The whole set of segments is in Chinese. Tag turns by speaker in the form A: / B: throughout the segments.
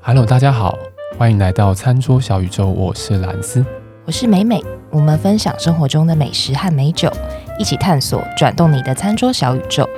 A: Hello，大家好，欢迎来到餐桌小宇宙，我是蓝斯。
B: 我是美美，我们分享生活中的美食和美酒，一起探索转动你的餐桌小宇宙。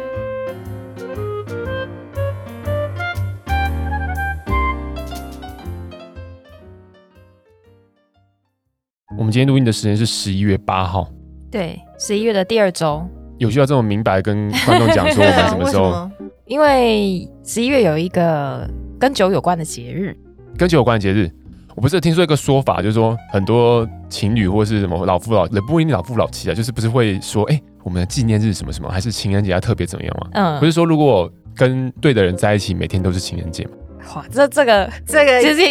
A: 我们今天录音的时间是十一月八号，
C: 对，十一月的地二周，
A: 有需要这么明白跟观众讲说我 们什 么时候
C: 么？因为十一月有一个跟酒有关的节日，
A: 跟酒有关的节日？我不是听说一个说法，就是说很多情侣或是什么老夫老，也不一定老夫老妻啊，就是不是会说，哎、我们的纪念日什么什么，还是情人节啊要特别怎么样吗？
C: 嗯
A: 不，是说如果跟对的人在一起，每天都是情人节吗？
C: 哇，这这个
D: 这个
C: 就是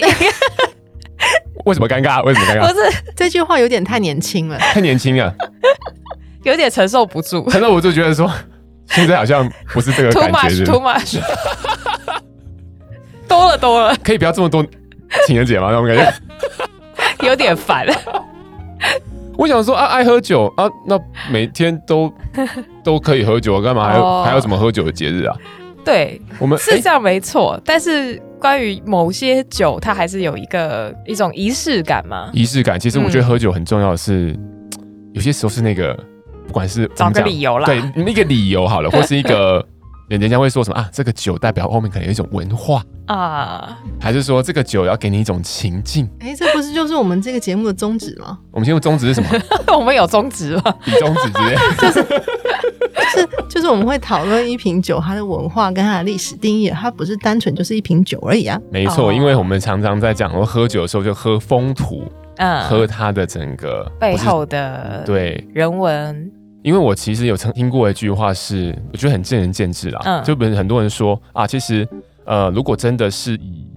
A: 为什么尴尬？为什么尴
C: 不
A: 尬？
C: 是
D: 这句话有点太年轻了，
A: 太年轻了，
C: 有点承受不住
A: 看到我就觉得说，现在好像不是这个
C: ，too
A: 感觉，是
C: much
A: 不是
C: too much，多了多了，
A: 可以不要这么多情人节吗？那种感觉。
C: 有点烦。
A: 我想说啊，爱喝酒啊，那每天 都都可以喝酒，干嘛还有、
C: 哦
A: 还有什么喝酒的节日啊？
C: 对，
A: 我们
C: 哦
A: 哎
C: 是
A: 诶
C: 这样没错，但是关于某些酒，它还是有一个一种仪式感嘛。
A: 仪式感，其
C: 嗯
A: 实我觉得喝酒很重要的是，有些时候是那个，不管是我
C: 找个
A: 们讲
C: 理由啦
A: 对，那个理由好了，或是一 个人人家会说什么啊，这个酒代表后面可能有一种文化，
C: 啊，
A: 还是说这个酒要给你一种情境？
D: 哎，这不是就是我们这个节目的宗旨吗？
A: 我们现在宗旨是什 么？
C: 我们有宗旨了，
A: 比中指 之类。
D: 就是就是我们会讨论一瓶酒它的文化跟它的历史定义，它不是单纯就是一瓶酒而已啊。
A: 没错，
C: 哦
A: 因为我们常常在讲，我喝酒的时候就喝风土，
C: 嗯，
A: 喝它的整个
C: 背
A: 不是
C: 后的
A: 对
C: 人文
A: 因为我其实有曾听过一句话是，我觉得很见仁见智啦。
C: 嗯
A: 就本很多人说啊，其实呃，如果真的是以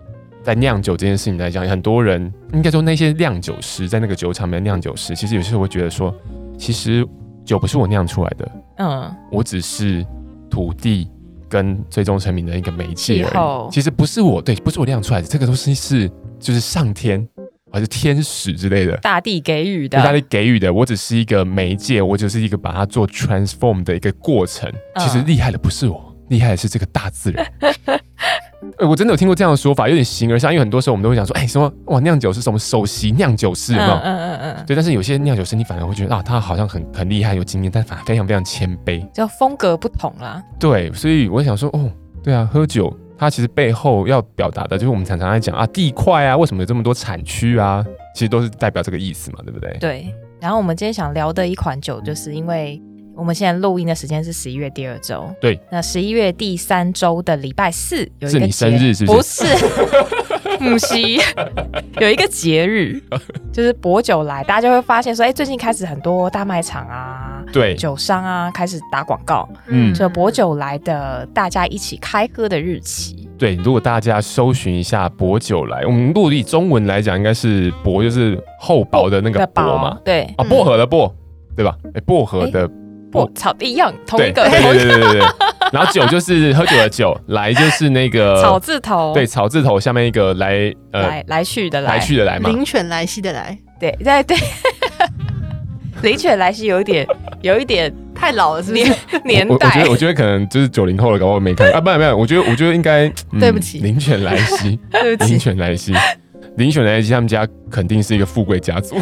A: 在酿酒这件事情来讲，很多人应该说那些酿酒师在那个酒厂里面酿酒师，其实有些时候会觉得说，其实酒不是我酿出来的，
C: 嗯，
A: 我只是土地跟最终成品的一个媒介
C: 气
A: 而
C: 候
A: 已。其实不是我对，不是我酿出来的，这个东西是就是上天还是天使之类的，
C: 大地给予
A: 就大
C: 的，
A: 力给予的，我只是一个媒介，我只是一个把它做 transform 的一个过程。
C: 嗯
A: 其实厉害的不是我，厉害的是这个大自然。 哎我真的有听过这样的说法，有点形而上，因为很多时候我们都会讲说，哎、什么哇酿酒是什么首席酿酒师，有没有？
C: 嗯嗯嗯嗯，
A: 对，但是有些酿酒师，你反而会觉得啊，他好像很很厉害、有经验，但反而非常非常谦卑。
C: 就风格不同啦。
A: 对，所以我想说，哦，对啊，喝酒它其实背后要表达的，就是我们常常在讲啊，地块啊，为什么有这么多产区啊，其实都是代表这个意思嘛，对不对？
C: 对，然后我们今天想聊的一款酒，就是因为我们现在录音的时间是十一月第二周，
A: 对，
C: 那十一月第三周的礼拜四有一
A: 是
C: 个
A: 你生
C: 节
A: 日是不
C: 不是？ 不是，有一个节日，就是薄酒来，大家就会发现说，哎，最近开始很多大卖场啊、
A: 对，
C: 酒商啊开始打广告，
A: 嗯
C: 就薄酒来的大家一起开喝的日期。
A: 对，如果大家搜寻一下“薄酒来”，我们如果以中文来讲，应该是“薄”就是厚薄的那个
C: 的
A: “薄”嘛，
C: 对，
A: 啊，
D: 嗯
A: 薄荷的“薄”，对吧？哎，薄荷的，
C: 薄草一样，同
A: 对
C: 哎一
A: 对
C: 个
A: 对对对对。对然后酒就是喝酒的酒，来就是那个
C: 草，字头，
A: 对，草字头下面一个来，呃，
C: 来来去的来，
A: 来去的来嘛。
D: 灵犬来袭的来，
C: 对对 对，灵犬来是有一点有一点
D: 太老了是不
C: 年
D: 是？
C: 年
A: 我我我觉
C: 代
A: 得，我觉得可能就是九零后的，搞不好没看啊，不然不然，我觉得我觉得应该、嗯
D: 对不起
A: 灵犬莱西，
D: 对不
A: 灵
D: 起，
A: 犬莱西，灵犬莱西他们家肯定是一个富贵家族。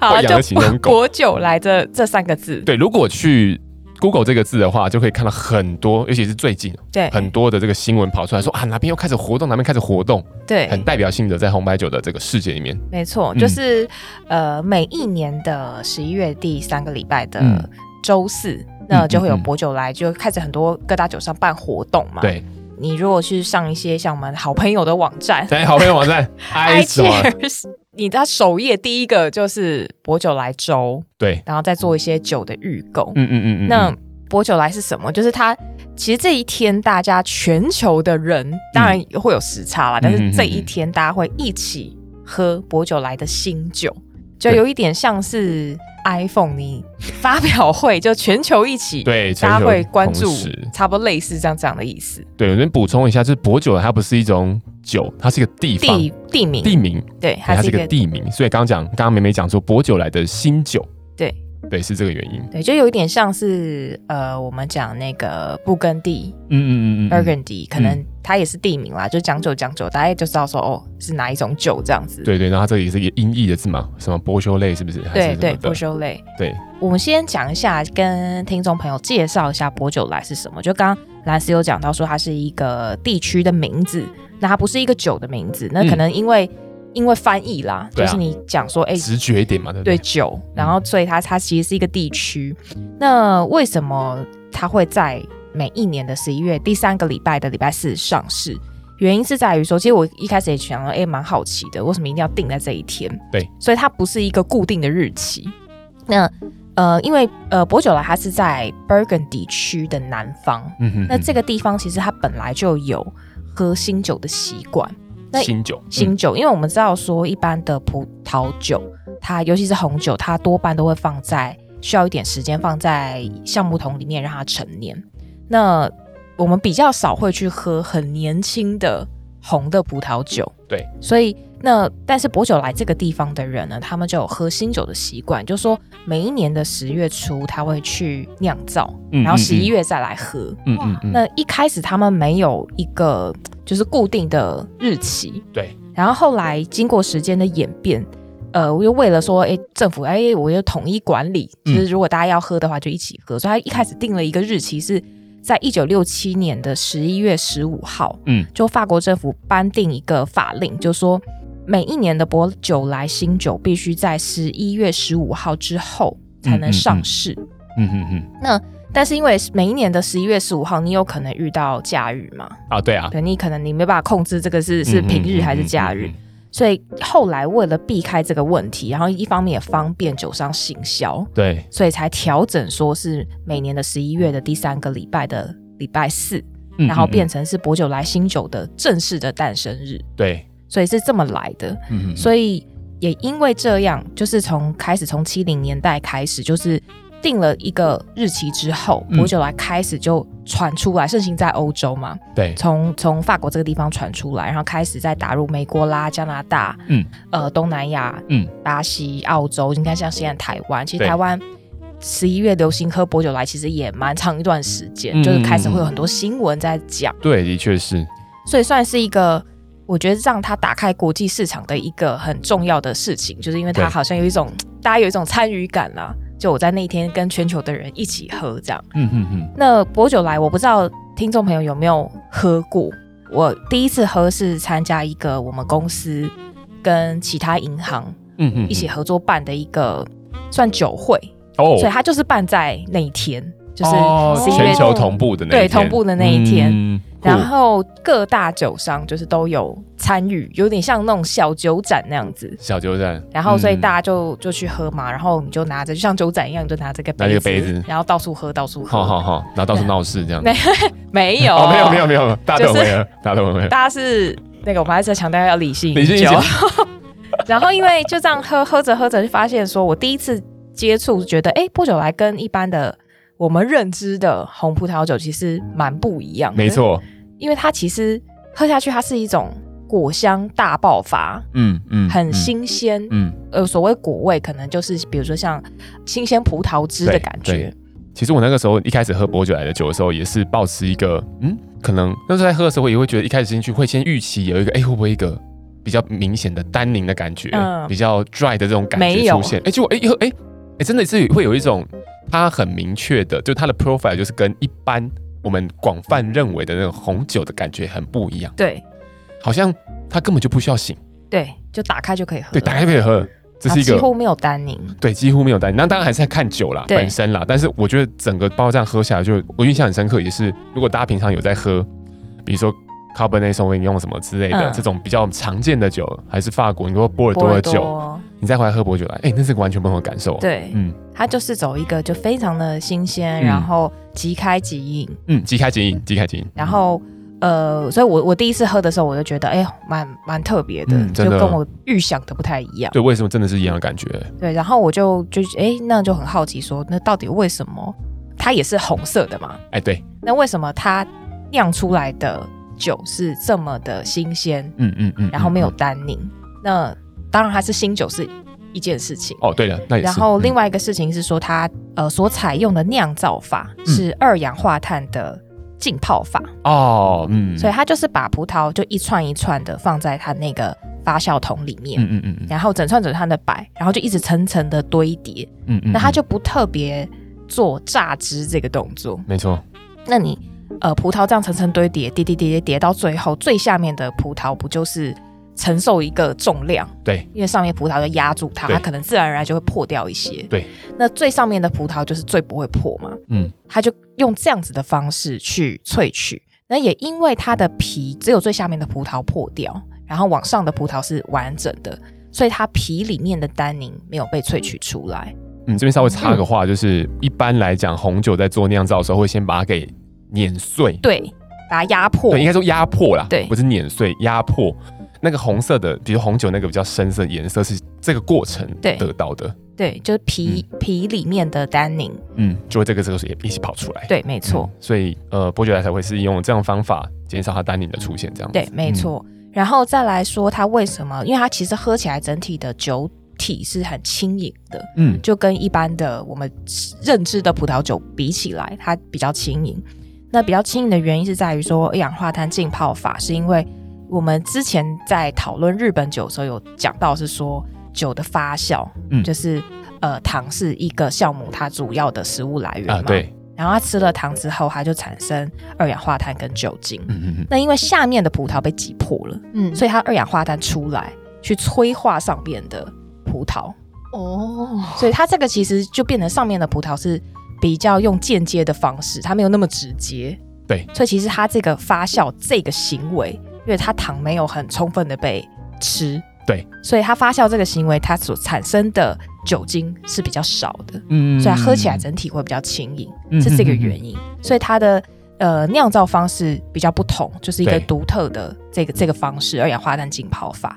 C: 好
A: 我养得起那种
C: 就
A: 狗
C: 国酒来这这三个字，
A: 对，如果去 Google 这个字的话，就可以看到很多，尤其是最近
C: 对
A: 很多的这个新闻跑出来说啊，哪边又开始活动，哪边开始活动，很
C: 对，
A: 代表性的在红白酒的这个世界里面。
C: 没错，
A: 嗯
C: 就是呃每一年的十一月第三个礼拜的
A: 嗯
C: 周四。那就会有
A: 嗯嗯嗯
C: 博酒来，就开始很多各大酒商办活动嘛。，
A: 对，
C: 你如果去上一些像我们好朋友的网站，
A: 在好朋友网 站 i 什么？
C: Cheers，你的首页第一个就是薄酒来粥，
A: 对，
C: 然后再做一些酒的预购。
A: 嗯嗯嗯嗯，
C: 那薄酒来是什么？就是它其实这一天大家全球的人当然会有时差啦，
A: 嗯
C: 但
A: 嗯嗯
C: 是
A: 嗯
C: 这一天大家会一起喝薄酒来的新酒，就有一点像是 iPhone 你发表会，就全球一起。
A: 对，
C: 大家
A: 全球
C: 会关注
A: 同时，
C: 差不多类似这样这样的意思。
A: 对，我先补充一下，就是薄酒它不是一种酒，它是一个地方
C: 地地名，
A: 地名，
C: 对，
A: 它
C: 它
A: 是一
C: 是一
A: 个
C: 个
A: 地名。所以刚刚讲，刚刚美美讲说薄酒来的新酒，
C: 对，
A: 对，是这个原因。
C: 对，就有一点像是呃，我们讲那个布根地
A: 嗯嗯嗯嗯嗯，
C: （Burgundy），、可能它也是地名啦，就讲酒讲酒，大家就知道说哦是哪一种酒这样子。
A: 对对，然后它这里是一个音译的字嘛，什么波修类是不是？还是
C: 对
A: 什
C: 对，
A: 么的
C: 波修类。
A: 对，
C: 我们先讲一下，跟听众朋友介绍一下博酒来是什么。就刚刚兰斯有讲到说，它是一个地区的名字，那它不是一个酒的名字。那可能因为、因为翻译啦，
A: 嗯对啊
C: 就是你讲说，哎、
A: 直觉一点嘛，对不嗯
C: 对
A: 对？
C: 酒，然后所以它它其实是一个地区。那为什么它会在每一年的十一月第三个礼拜的礼拜四上市？原因是在于说，其实我一开始也想了，哎、蛮好奇的，为什么一定要定在这一天？
A: 对，
C: 所以它不是一个固定的日期。那呃，因为呃，博酒来它是在 Burgundy 区的南方，
A: 嗯哼，
C: 那这
A: 个
C: 个地方其实它本来就有喝新酒的习惯。那
A: 新酒，嗯
C: 新酒，因为我们知道说一般的葡萄酒，它尤其是红酒，它多半都会放在需要一点时间放在橡木桶里面让它陈年。那我们比较少会去喝很年轻的红的葡萄酒，
A: 对，
C: 所以那但是博酒来这个地方的人呢，他们就有喝新酒的习惯，就说每一年的十月初他会去酿造，
A: 嗯
C: 然后
A: 嗯
C: 十
A: 嗯
C: 一月再来喝。
A: 嗯嗯嗯，
C: 那一开始他们没有一个就是固定的日期，
A: 对，
C: 然后后来经过时间的演变，呃，我又为了说，哎，政府，哎，我又统一管理，就
A: 嗯
C: 是如果大家要喝的话，就一起喝。所以他一开始定了一个日期是在一九六七年的十一月十五号，
A: 嗯，
C: 就法国政府颁定一个法令，就说每一年的博酒来新酒必须在十一月十五号之后才
A: 嗯嗯
C: 能
A: 嗯
C: 上市。
A: 嗯嗯嗯，
C: 但是因为每一年的十一月十五号，你有可能遇到假日嘛？
A: 啊，对啊，
C: 对你可能你没办法控制这个是是
A: 嗯
C: 平日还是假日，，
A: 嗯嗯嗯嗯
C: 所以后来为了避开这个问题，然后一方面也方便酒商行销，
A: 对，
C: 所以才调整说是每年的十一月的第三个礼拜的礼拜四，
A: 嗯
C: 然后
A: 嗯嗯
C: 变成是博酒来新酒的正式的诞生日，
A: 对，
C: 所以是这么来的。
A: 嗯嗯，
C: 所以也因为这样，就是从开始从七零年代开始，就是定了一个日期之后，
A: 嗯
C: 博酒来开始就传出来，盛行在欧洲嘛，
A: 对，
C: 从从法国这个地方传出来，然后开始再打入美国啦、加拿大、
A: 嗯
C: 呃东南亚、
A: 嗯
C: 巴西、澳洲，你看像现在台湾，其实
A: 对
C: 台湾。十一月流行喝博酒来，其实也蛮长一段时间，
A: 嗯
C: 就是开始会有很多新闻在讲，
A: 对，的确是，
C: 所以算是一个我觉得让它打开国际市场的一个很重要的事情，就是因为它
A: 对
C: 好像有一种大家有一种参与感啦。就我在那一天跟全球的人一起喝这样。
A: 嗯嗯嗯，
C: 那博酒来，我不知道听众朋友有没有喝过。我第一次喝是参加一个我们公司跟其他银行
A: 嗯嗯，
C: 一起合作办的一个算酒会，
A: 哦，
C: 所以它就是办在那一天，就是
A: 哦
C: 11月
A: 全球同步的那
C: 对
A: 一天
C: 同步的那一天
A: 嗯
C: 然后各大酒商就是都有参与，有点像那种小酒展那样子。
A: 小酒站，
C: 然后，所以
A: 嗯
C: 大家就、就去喝嘛，然后你就拿着，就像酒展一样，你就拿着个杯
A: 拿着
C: 子，
A: 杯子
C: 然后到处喝，到处喝。
A: 好好好，然后到处闹事这样。
C: 没没有、
A: 哦，没有没有没有，大家都没有，大家都没有。
C: 大家是那个，我们还是强调要理性饮
A: 理性饮
C: 酒
A: 酒。
C: 然后因为就这样喝喝着喝着，就发现说我第一次接触，觉得哎，波酒来跟一般的我们认知的红葡萄酒其实蛮不一样的。
A: 没，错，
C: 因为它其实喝下去，它是一种果香大爆发，
A: 嗯嗯，
C: 很
A: 嗯，
C: 新鲜。
A: 嗯，
C: 呃，所谓果味，可能就是比如说像新鲜葡萄汁的
A: 对
C: 感。觉
A: 对。其实我那个时候一开始喝伯爵来的酒的时候，也是保持一个，嗯，可能那时候在喝的时候，也会觉得一开始进去会先预期有一个，哎，会不会一个比较明显的单宁的感觉，
C: 嗯
A: 比较 dry 的这种感
C: 没
A: 觉
C: 有
A: 出现。哎，结果哎一喝，哎哎，真的是会有一种它很明确的，就它的 profile 就是跟一般我们广泛认为的那种红酒的感觉很不一样，
C: 对
A: 好像它根本就不需要醒。
C: 对，就打开就可以喝了。
A: 对，打开可以喝，这
C: 嗯它
A: 是一
C: 几
A: 个
C: 乎没有单宁。
A: 对几乎没有单宁。那当然还是在看酒啦，
C: 对
A: 本身啦。但是我觉得整个包这样喝下来就，我印象很深刻，也是如果大家平常有在喝，比如说 Cabernet Sauvignon 什么之类的、
C: 嗯
A: 这种比较常见的酒，还是法国，你说波尔多
C: 波
A: 的
C: 尔
A: 酒，
C: 多，
A: 你再回来喝波酒来，哎、那是个完全不同的感受。，
C: 对，
A: 嗯
C: 它就是走一个就非常的新鲜，
A: 嗯
C: 然后即开即饮，
A: 嗯，即开即饮，即开即饮。
C: 然后呃，所以我我第一次喝的时候，我就觉得哎呦，蛮蛮特别的，
A: 嗯
C: 就
A: 真的
C: 跟我预想的不太一样。
A: 对，为什么真的是一样的感觉？
C: 对，然后我就就哎，那就很好奇说，那到底为什么它也是红色的嘛？
A: 哎，对，
C: 那为什么它酿出来的酒是这么的新鲜，
A: 嗯嗯嗯，
C: 然后没有
A: 嗯
C: 单宁？那当然它是新酒是一件事情。
A: 哦，对了，那也是。
C: 然后另
A: 外、
C: 外一个事情是说它，呃所采用的酿造法是二氧化碳的浸泡法，
A: 哦，嗯，
C: 所以它就是把葡萄就一串一串的放在它那个发酵桶里面，
A: 嗯嗯嗯嗯
C: 然后整串整串的摆，然后就一直层层的堆叠，
A: 嗯嗯，
C: 那它
A: 嗯
C: 就不特别做榨汁这个动作。
A: 没错，
C: 那你呃葡萄这样层层堆叠，叠叠叠叠叠到最后最下面的葡萄不就是承受一个重量？
A: 对，
C: 因为上面葡萄就压住它，
A: 对
C: 它可能自然而然就会破掉一些。
A: 对，
C: 那最上面的葡萄就是最不会破嘛，
A: 嗯，
C: 它就用这样子的方式去萃取。那也因为它的皮只有最下面的葡萄破掉，然后往上的葡萄是完整的，所以它皮里面的单宁没有被萃取出来。
A: 嗯，这边稍微插个话，就是一般来讲，红酒在做酿造的时候，会先把它给碾碎，
C: 对，把它压破
A: 对，。应该说压迫啦，
C: 哦对
A: 不是碾碎，压迫。那个红色的，比如红酒那个比较深色的颜色，是这个过程
C: 对
A: 得到的，
C: 对，就是皮、皮里面的单宁。
A: 嗯，就会这个这个也一起跑出来，
C: 对，没错。
A: 嗯所以呃，波爵莱才会是用这样的方法减少它单宁的出现，这样子
C: 对，没，错。
A: 嗯
C: 然后再来说它为什么，因为它其实喝起来整体的酒体是很轻盈的，
A: 嗯
C: 就跟一般的我们认知的葡萄酒比起来，它比较轻盈。那比较轻盈的原因是在于说二氧化碳浸泡法，是因为我们之前在讨论日本酒的时候有讲到是说酒的发酵，
A: 嗯
C: 就是呃糖是一个酵母它主要的食物来源
A: 嗯啊，
C: 嘛，
A: 对，
C: 然后它吃了糖之后，它就产生二氧化碳跟酒精，
A: 嗯嗯嗯，
C: 那因为下面的葡萄被挤破了，
D: 嗯，
C: 所以它二氧化碳出来去催化上面的葡萄，
D: 哦，
C: 所以它这个其实就变成上面的葡萄是比较用间接的方式，它没有那么直接。
A: 对，
C: 所以其实它这个发酵这个行为，因为它糖没有很充分的被吃，
A: 对，
C: 所以它发酵这个行为，它所产生的酒精是比较少的，
A: 嗯
C: 所以它喝起来整体会比较轻盈，
A: 嗯
C: 是这个
A: 嗯嗯嗯
C: 原因。所以它的呃酿造方式比较不同，就是一个
A: 对嗯
C: 独特的这个这个方式，二氧化碳浸泡法。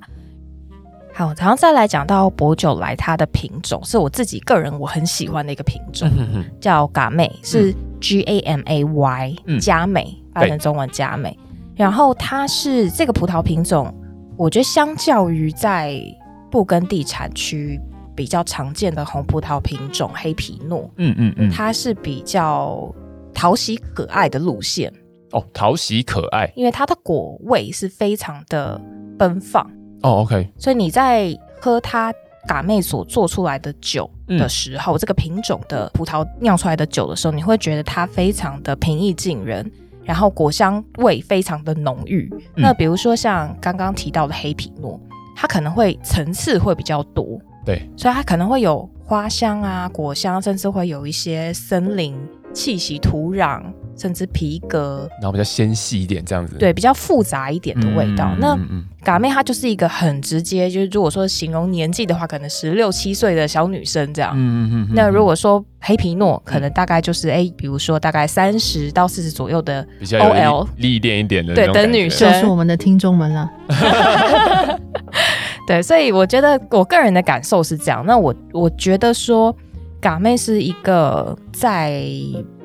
C: 好，然后再来讲到薄酒来它的品种，是我自己个人我很喜欢的一个品种，
A: 嗯嗯
C: 叫嘎妹，是 G A M A Y，、
A: 嗯
C: 佳美翻成中文佳美。然后它是这个葡萄品种，我觉得相较于在布根地产区比较常见的红葡萄品种黑皮诺，
A: 嗯嗯嗯，
C: 它是比较讨喜可爱的路线，
A: 哦，讨喜可爱，
C: 因为它的果味是非常的奔放，
A: 哦，OK，
C: 所以你在喝它嘎妹所做出来的酒
A: 嗯
C: 的时候，这个品种的葡萄酿出来的酒的时候，你会觉得它非常的平易近人。然后果香味非常的浓郁，
A: 嗯
C: 那比如说像刚刚提到的黑皮诺，它可能会层次会比较多，
A: 对，
C: 所以它可能会有花香啊、果香，甚至会有一些森林气息、土壤，甚至皮革，
A: 然后比较纤细一点这样子，
C: 对，比较复杂一点
A: 嗯，
C: 的味道。
A: 嗯
C: 那
A: 嗯嗯
C: 嘎妹她就是一个很直接，就是如果说形容年纪的话，可能十六七岁的小女生这样。
A: 嗯嗯嗯嗯
C: 那如果说黑皮诺，可能大概就是哎、比如说大概三十到四十左右的
A: 比较有
C: OL
A: 历历练一点的那
C: 对
A: 种
C: 等
A: 感觉
C: 女生
D: 就是我们的听众们啊了。
C: 对，所以我觉得我个人的感受是这样。那我我觉得说，嘎妹是一个在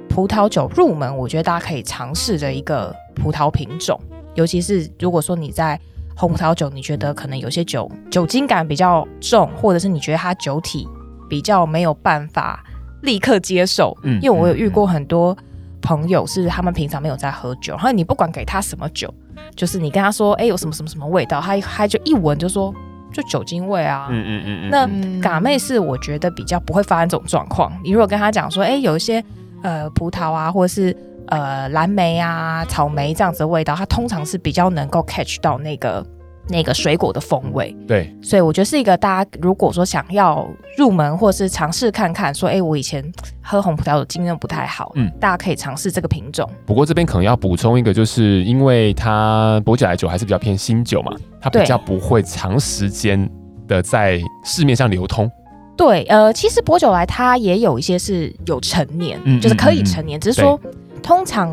C: 葡萄酒入门，我觉得大家可以尝试的一个葡萄品种，尤其是如果说你在。红葡萄酒，你觉得可能有些酒酒精感比较重，或者是你觉得它酒体比较没有办法立刻接受，
A: 嗯
C: 因为我有
A: 嗯
C: 遇过很多朋友是他们平常没有在喝酒，然后你不管给他什么酒，就是你跟他说，哎、有什么什么什么味道，他他就一闻就说就酒精味啊。
A: 嗯嗯嗯嗯，
C: 那
A: 嗯
D: 嗯
C: 嘎妹是我觉得比较不会发生这种状况。你如果跟他讲说，哎、有一些呃葡萄啊，或者是呃蓝莓啊、草莓这样子的味道，它通常是比较能够 catch 到那个那个水果的风味。
A: 对，
C: 所以我觉得是一个大家如果说想要入门或是尝试看看，说，哎、我以前喝红葡萄酒经验不太好，
A: 嗯
C: 嗯，大家可以尝试这个品种。
A: 不过这边可能要补充一个，就是因为它伯爵来酒还是比较偏新酒嘛，它比
C: 对
A: 较不会长时间的在市面上流通，
C: 对，呃，其实薄酒来它也有一些是有成年，
A: 嗯
C: 就是可以
A: 嗯嗯
C: 成年，只是说通常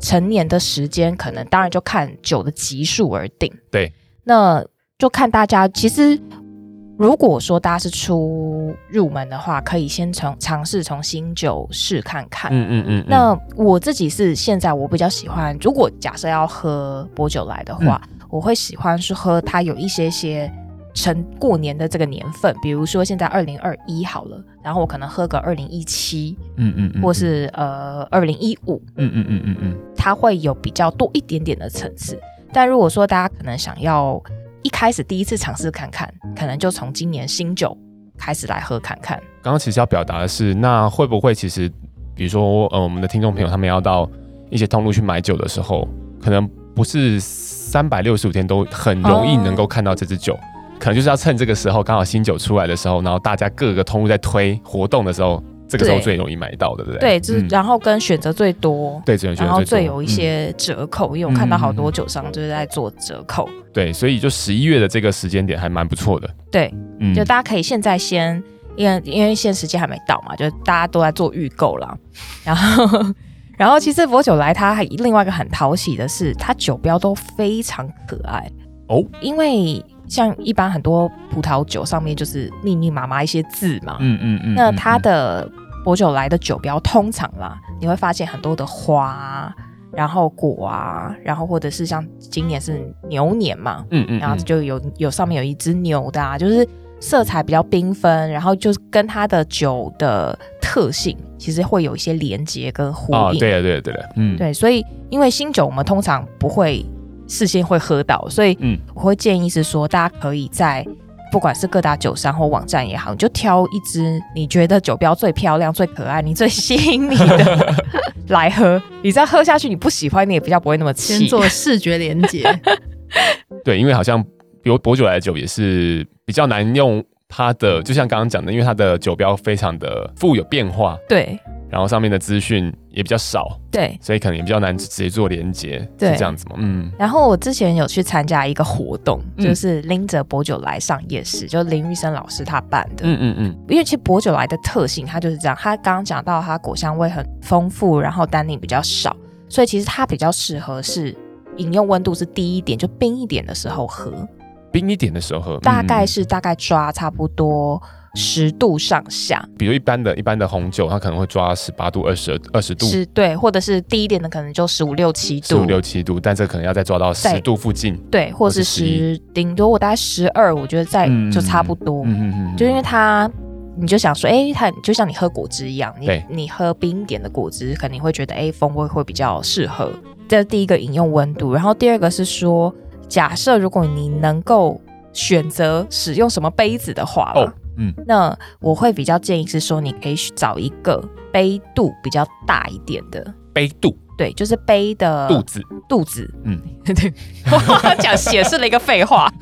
C: 成年的时间可能当然就看酒的级数而定。
A: 对，
C: 那就看大家其实。如果说大家是初入门的话，可以先从尝试从新酒试看看。
A: 嗯嗯嗯，嗯
C: 那我自己是现在我比较喜欢，如
A: 嗯
C: 果假设要喝薄酒来的话，我会喜欢是喝它有一些些成过年的这个年份，比如说现在二零二一好了，然后我可能喝个二零一七
A: 嗯嗯嗯，
C: 或是呃二零一五，
A: 嗯嗯嗯嗯嗯
C: 它会有比较多一点点的层次。但如果说大家可能想要一开始第一次尝试看看，可能就从今年新酒开始来喝看看。
A: 嗯，刚刚其实要表达的是，那会不会其实，比如说呃，我们的听众朋友他们要到一些通路去买酒的时候，可能不是三百六十五天都很容易
C: 哦
A: 能够看到这支酒。可能就是要趁这个时候，刚好新酒出来的时候，然后大家各个通路在推活动的时候，这个时候
C: 对
A: 最容易买到的，对不对？
C: 对，就是、
A: 嗯
C: 然后跟选择最多。
A: 对，只能觉
C: 然
A: 得
C: 后
A: 最
C: 最
A: 多
C: 有一
A: 嗯
C: 些折扣，因为我看到好多酒商就是在做折扣。
A: 对，所以就十一月的这个时间点还蛮不错的。
C: 对，
A: 嗯
C: 就大家可以现在先，因为因为现在时间还没到嘛，就大家都在做预购啦。 然后， 然后其实佛酒来它还另外一个很讨喜的是，它酒标都非常可爱
A: 哦，
C: 因为像一般很多葡萄酒上面就是密密麻麻一些字嘛，
A: 嗯嗯嗯
C: 那它的博酒来的酒标通常啦，你会发现很多的花啊，然后果啊，然后或者是像今年是牛年嘛，
A: 嗯嗯，
C: 然后就有有上面有一只牛的、啊，就是色彩比较缤纷，然后就是跟它的酒的特性其实会有一些连接跟呼
A: 哦，
C: 应。
A: 对了对了对了，嗯，
C: 啊对，所以因为新酒我们通常不会事先会喝到，所以
A: 嗯
C: 我会建议是说，大家可以在不管是各大酒商或网站也好，你就挑一支你觉得酒标最漂亮、最可爱、你最吸引你的 来喝。你再喝下去，你不喜欢你也比较不会那么
D: 先
C: 气。
D: 做视觉连 接，
A: 对，因为好像比如博酒来的酒也是比较难用它的，就像刚刚讲的，因为它的酒标非常的富有变化，
C: 对
A: 然后上面的资讯也比较少，
C: 对。
A: 所以可能也比较难直接做连接，是
C: 对
A: 这样子吗？嗯，
C: 然后我之前有去参加一个活动，
A: 嗯
C: 就是拎着博酒来上夜市，就林玉生老师他办的。
A: 嗯嗯嗯，
C: 因为其实薄酒来的特性，它就是这样。它刚刚讲到它果香味很丰富，然后单宁比较少，所以其实它比较适合是饮用温度是低一点，就冰一点的时候喝，
A: 冰一点的时候喝，
C: 大概
A: 嗯
C: 是大概抓差不多十度上下，
A: 嗯比如一般的一般的红酒，它可能会抓十八度、二十二十度。
C: 是对，或者是低一点的可能就十五六七
A: 嗯十五
C: 度，
A: 六七度，但这可能要再抓到十
C: 对
A: 度附近。
C: 对，或是
A: 或是
C: 十顶多我大概十二，我觉得在
A: 嗯
C: 就差不多，
A: 嗯嗯嗯嗯，
C: 就因为它。你就想说，哎、它就像你喝果汁一样，你
A: 对
C: 你喝冰一点的果汁，肯定会觉得，哎、风味会比较适合。这是第一个饮用温度，然后第二个是说，假设如果你能够选择使用什么杯子的话啦
A: 哦，嗯
C: 那我会比较建议是说，你可以找一个杯度比较大一点的，
A: 杯肚
C: 对，就是杯的
A: 肚子，
C: 肚子，
A: 嗯，
C: 对，我讲解释了一个废话，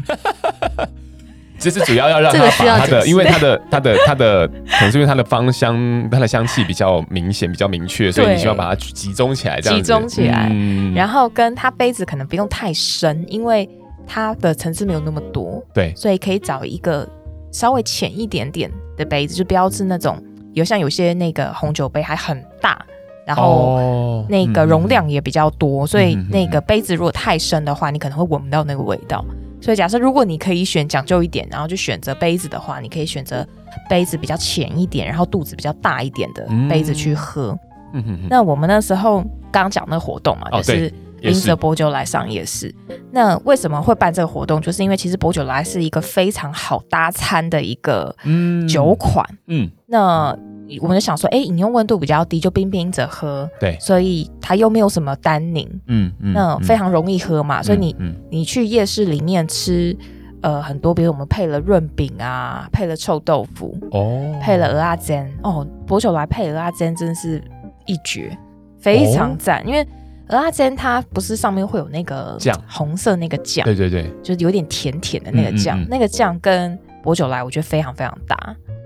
A: 这是主要要让
D: 这
A: 它
D: 个需
A: 把
D: 要
A: 它
D: 解
A: 的，
D: 释
A: 因为它的它的它的，可能是因为它的芳香，它的香气比较明显，比较明确，所以你需要把它集中起来，这样子
C: 集中起来
A: 嗯
C: 然后跟它杯子可能不用太深，因为它的层次没有那么多，
A: 对
C: 所以可以找一个稍微浅一点点的杯子，就不要是那种有像有些那个红酒杯还很大，然后
A: 哦
C: 那个容量也比较多，所以
A: 嗯嗯嗯
C: 那个杯子如果太深的话，你可能会闻不到那个味道。所以假设如果你可以选讲究一点，然后去选择杯子的话，你可以选择杯子比较浅一点，然后肚子比较大一点的杯子去喝。
A: 嗯嗯嗯嗯
C: 那我们那时候刚刚讲那个活动嘛，
A: 哦
C: 就是
A: 也
C: 拎
A: 是
C: 着波酒来上夜市。那为什么会办这个活动？就是因为其实波酒来是一个非常好搭餐的一个
A: 嗯
C: 酒款。
A: 嗯
C: 那我们就想说，哎，饮用温度比较低，就冰冰着喝，
A: 对
C: 所以它又没有什么单宁，
A: 嗯嗯
C: 那非常容易喝嘛。所以你
A: 嗯
C: 你去夜市里面吃，呃，很多，比如我们配了润饼啊，配了臭豆腐，
A: 哦
C: 配了鹅阿煎哦，薄酒来配鹅阿煎真是一绝，非常赞。因为鹅阿煎它不是上面会有那个
A: 哦酱
C: 红色那个酱
A: 哦对，对对
C: 就是有点甜甜的那个
A: 嗯
C: 酱，
A: 嗯嗯
C: 那个酱跟薄酒来我觉得非常非常搭，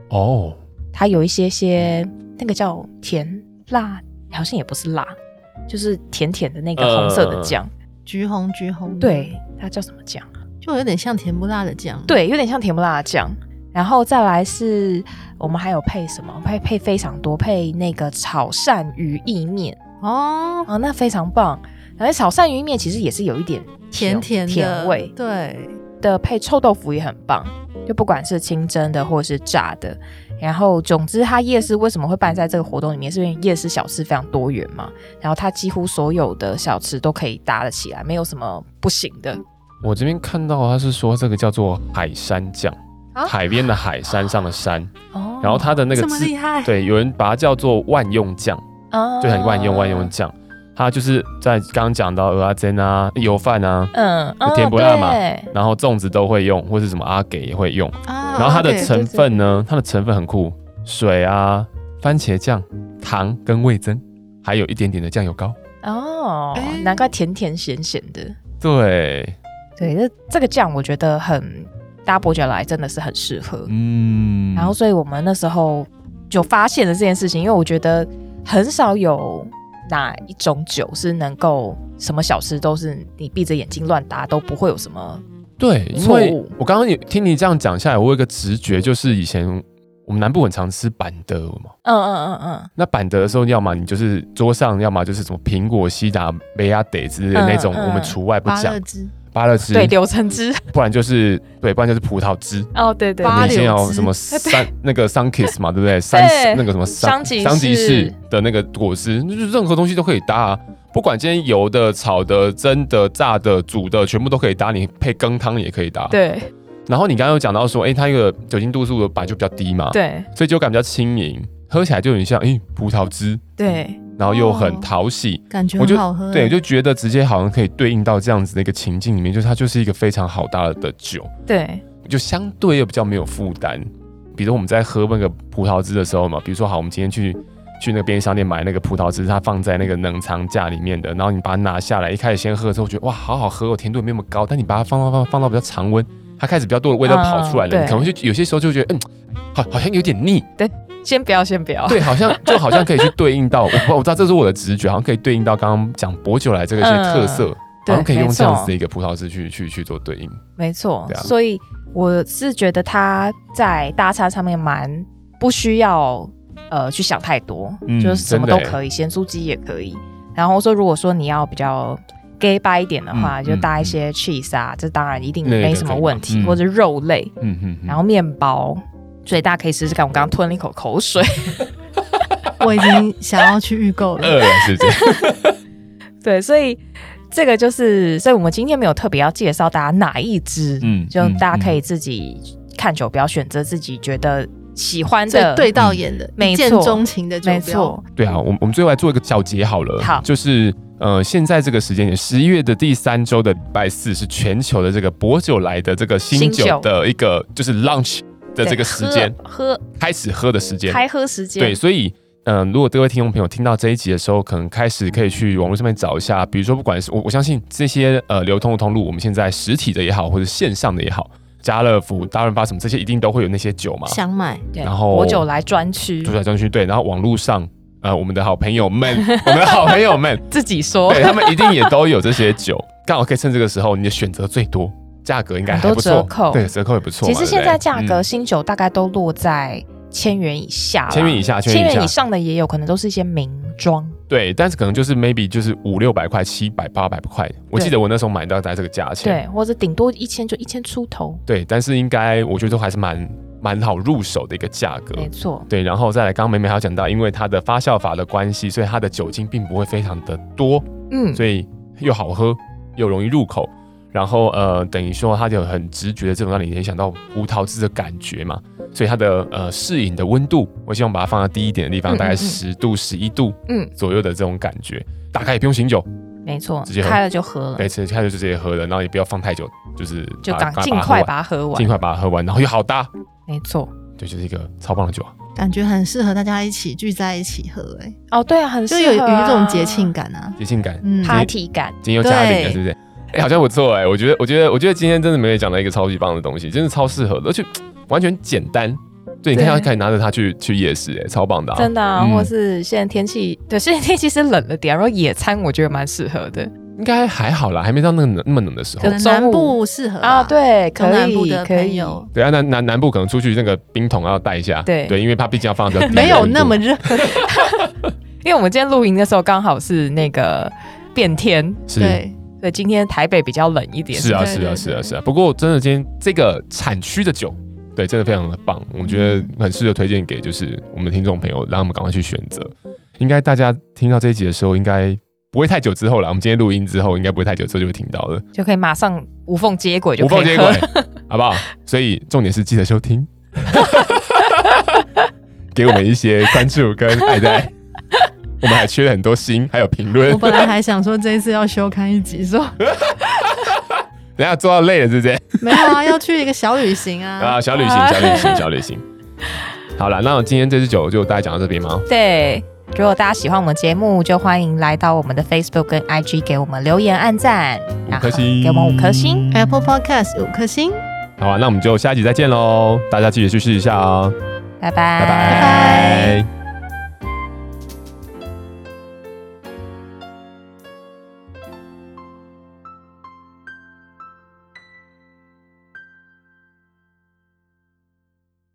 A: 哦
C: 它有一些些那个叫甜辣，好像也不是辣，就是甜甜的那
A: 呃
C: 个红色的酱，
D: 橘红橘红，，
C: 对，它叫什么酱？
D: 就有点像甜不辣的酱，，
C: 对，有点像甜不辣的酱。然后再来是我们还有配什么？配配非常多，配那个炒鳝鱼意面。
D: 哦，
C: 哦，那非常棒。然后炒鳝鱼面其实也是有一点
D: 甜甜的
C: 甜味
D: 对，
C: 的，配臭豆腐也很棒，就不管是清蒸的或是炸的。然后，总之，它夜市为什么会办在这个活动里面？是因为夜市小吃非常多元嘛，然后它几乎所有的小吃都可以搭得起来，没有什么不行的。
A: 我这边看到他是说这个叫做海山酱，
C: 啊
A: 海边的海，山上的山，
C: 哦
A: 然后它的那个
D: 这么
A: 字
D: 厉害，
A: 对，有人把它叫做万用酱，
C: 哦
A: 就很万用万用，酱。它就是在刚刚讲到蚵仔煎啊、油饭啊，
C: 嗯，哦
A: 甜不辣嘛
C: 对
A: 然后粽子都会用，或是什么阿给也会
C: 哦
A: 用。
D: 啊
A: 然后它的
D: 对
A: 成分呢，它的成分很酷，水啊、番茄酱、糖跟味增，还有一点点的酱油膏。
C: 哦
D: 哎，
C: 难怪甜甜咸咸的。
A: 对，
C: 对，这这个酱我觉得很搭伯爵来真的是很适合。
A: 嗯，
C: 然后，所以我们那时候就发现了这件事情，因为我觉得很少有哪一种酒是能够什么小吃都是你闭着眼睛乱搭都不会有什么
A: 对，因
C: 错
A: 为
C: 误
A: 我刚刚也听你这样讲下来，我有一个直觉，就是以前我们南部很常吃板德嘛。
C: 嗯嗯嗯
A: 那板德的时候，要么你就是桌上，要么就是什么苹果、西达、梅亚得之类的那种，
C: 嗯嗯
A: 我们除外不
D: 芭
A: 讲
D: 乐。汁，
A: 芭乐
C: 嗯，
A: 汁，
C: 对，柳橙汁，
A: 不然就是对，不然就是葡萄汁。
C: 哦，对 对
D: 八
A: 你
D: 柳
A: 先有
D: 汁
A: 什么三那个桑 kiss 嘛，对不 对？三
C: 对
A: 那个什么桑
C: 桑吉
A: 桑吉士
C: 士
A: 的那个果汁，就是任何东西都可以搭啊。不管今天油的、炒的、蒸的、炸的、煮的，全部都可以搭。你配羹汤也可以搭。。
C: 对
A: 然后你刚刚有讲到说，哎、它一个酒精度数本来就比较低嘛，，
C: 对
A: 所以酒感比较轻盈，喝起来就有点像哎、诶葡萄汁，
C: 对，
A: 然后又
D: 哦
A: 很讨喜。
D: 感觉
A: 我就
D: 很好
C: 嗯
D: 喝，
A: 对，我就觉得直接好像可以对应到这样子的一个情境里面，就是它就是一个非常好搭的酒。
C: 对，
A: 就相对又比较没有负担。比如我们在喝那个葡萄汁的时候嘛，比如说好，我们今天去去那个便利商店买那个葡萄汁，它放在那个冷藏架里面的，然后你把它拿下来，一开始先喝的时候觉得哇，好好喝哦，甜度也没那么高，但你把它放放放放到比较常温，它开始比较多的味道跑出来了，
C: 嗯
A: 你可能就有些时候就会觉得嗯。好，好像有点腻，
C: 先不要先不要，
A: 对，好像就好像可以去对应到，我不知道我知道这是我的直觉，好像可以对应到刚刚讲薄酒来这个一些
C: 嗯
A: 特色，好像可以
C: 没
A: 用这样
C: 错
A: 子的一个葡萄汁去去去做对应。
C: 没错，
A: 对啊
C: 所以我是觉得他在搭餐上面蛮不需要呃去想太多，
A: 嗯
C: 就是什么
A: 真
C: 都
A: 的欸
C: 可以，咸酥鸡也可以。然后说，如果说你要比较 gay 掰一点的话，
A: 嗯
C: 就搭一些 cheese 啊，这当然一定
A: 那个
C: 没什么问
A: 可以
C: 题，
A: 嗯
C: 或者肉类，
A: 嗯嗯，嗯
C: 然后面包。所以大家可以试试看，我刚刚吞了一口口水。
D: 我已经想要去预购了。
A: 饿了是不是？
C: 对，所以这个就是，所以我们今天没有特别要介绍大家哪一支，
A: 嗯
C: 就大家可
A: 以。嗯
C: 以自己看酒标，选择自己觉得喜欢
D: 最
C: 的。
D: 对到眼的，
C: 没
D: 一见
C: 错
D: 钟情的酒标，
C: 没错，
A: 对啊，我们我们最后来做一个小结好了。
C: 好
A: 就是呃，现在这个时间点，十一月的第三周的礼拜四是全球的这个博酒来的这个新
C: 新
A: 酒
C: 酒
A: 的一个就是 launch 的这个时间，
C: 喝
A: 开始喝的时间
C: 喝。开喝时间，
A: 对，所以。嗯，如果各位听众朋友听到这一集的时候，可能开始可以去网络上面找一下，比如说，不管是我我相信这些呃流通的通路，我们现在实体的也好，或者线上的也好，家乐福、大润发什么这些，一定都会有那些酒嘛。
C: 啊
D: 想买
C: 对
A: 然后
C: 果酒来专区
A: 住宅专区对，然后网络上呃，我们的好朋友们，我们的好朋友们，
C: 自己说
A: 对他们一定也都有这些酒， 刚好可以趁这个时候，你的选择最多，价格应该还不错，
C: 很多折扣
A: 对，折扣也不错嘛。
C: 其实现在价格
A: 对嗯
C: 新酒大概都落在千元以下啦，
A: 千元以下千元
C: 千
A: 以下
C: 元以上的也有可能都是一些名庄。
A: 不对,、对，但是可能就是 maybe 就是五六百块、七百、八百块，我记得我那时候买到大概这个价钱，
C: 对，或者顶多一千就一千出头，
A: 对，但是应该我觉得都还是蛮蛮好入手的一个价格。
C: 没错，
A: 对，然后再来，刚刚美美还有讲到，因为它的发酵法的关系，所以它的酒精并不会非常的多，
C: 嗯，
A: 所以又好喝又容易入口，然后呃，等于说它就有很直觉的这种让你联想到葡萄汁的感觉嘛，所以它的呃适饮的温度，我希望把它放到低一点的地方，
C: 嗯
A: 大概
C: 嗯嗯
A: 十度十一度
C: 嗯
A: 左右的这种感觉，打开也不用醒酒，
C: 没错
A: 直接，喝
C: 开了就喝了，
A: 对，吃开就直接喝了，然后也不要放太久，就是
C: 就
A: 把
C: 赶
A: 它
C: 尽
A: 把它喝
C: 快
A: 完
C: 把它喝完
A: 尽，快把它喝完，然后又好搭，
C: 没错。
A: 对，就是一个超棒的酒啊，
D: 感觉很适合大家一起聚在一起喝、哎，
C: 哦，对啊，很
D: 就
C: 适
D: 有
C: 合
D: 有
C: 啊
D: 一种节庆感啊。
A: 节庆感，
D: 嗯，
C: party 感，
A: 今天又加零了，
D: 对
A: 是不是？哎、好像不错哎、我觉得，我觉得，我觉得今天真的美美讲了一个超级棒的东西，真的超适合的，而且完全简单。对，你看，
C: 对
A: 他可以拿着它去去夜市、哎，超棒的、啊，
C: 真的啊，
A: 嗯
C: 或是现在天气，对，现在天气是冷了点，然后野餐我觉得蛮适合的
A: 应该还好啦，还没到那个那么冷的时候
D: 可。能南部适合吧
C: 啊，，对，可
D: 中南部
C: 以
D: 的
C: 可
D: 朋
C: 以，
D: 友
A: 对啊，南南南部可能出去那个冰桶要带一下，
C: 对
A: 对，因为它毕竟要放到比较低的
D: 没有那么
A: 温
D: 热，
C: 因为我们今天露营的时候刚好是那个变天，
A: 度是
D: 对，
C: 所以今天台北比较冷一点。
A: 是啊
D: 对
A: 是啊
D: 对
A: 是啊
D: 对
A: 是啊。不过真的，今天这个产区的酒，对，真的非常的棒，我觉得很适合推荐给就是我们的听众朋友，让他们赶快去选择。应该大家听到这一集的时候，应该不会太久之后了，我们今天录音之后，应该不会太久之后就会听到了，
C: 就可以马上无缝接轨，就
A: 无
C: 可
A: 缝
C: 以
A: 接
C: 喝
A: 轨。，好不好？所以重点是记得收听， 给我们一些关注跟爱戴。我们还缺了很多心，还有评论
D: 我。本来还想说这一次要休刊一集，说
A: 等一下做到累了，是不是？
D: 没有啊，要去一个小旅行啊。
A: 啊，小旅行， 小旅行，小旅行。好了，那今天这支酒就大家讲到这边吗？
C: 对，如果大家喜欢我们节目，就欢迎来到我们的 Facebook 跟 IG 给我们留言、按赞，
A: 五颗星，
C: 给我们五颗星。。
D: Apple Podcast 五颗星，
A: 好啊，那我们就下一集再见喽，大家记得去试一下哦，
C: 拜拜，
A: 拜
C: 拜
A: 拜。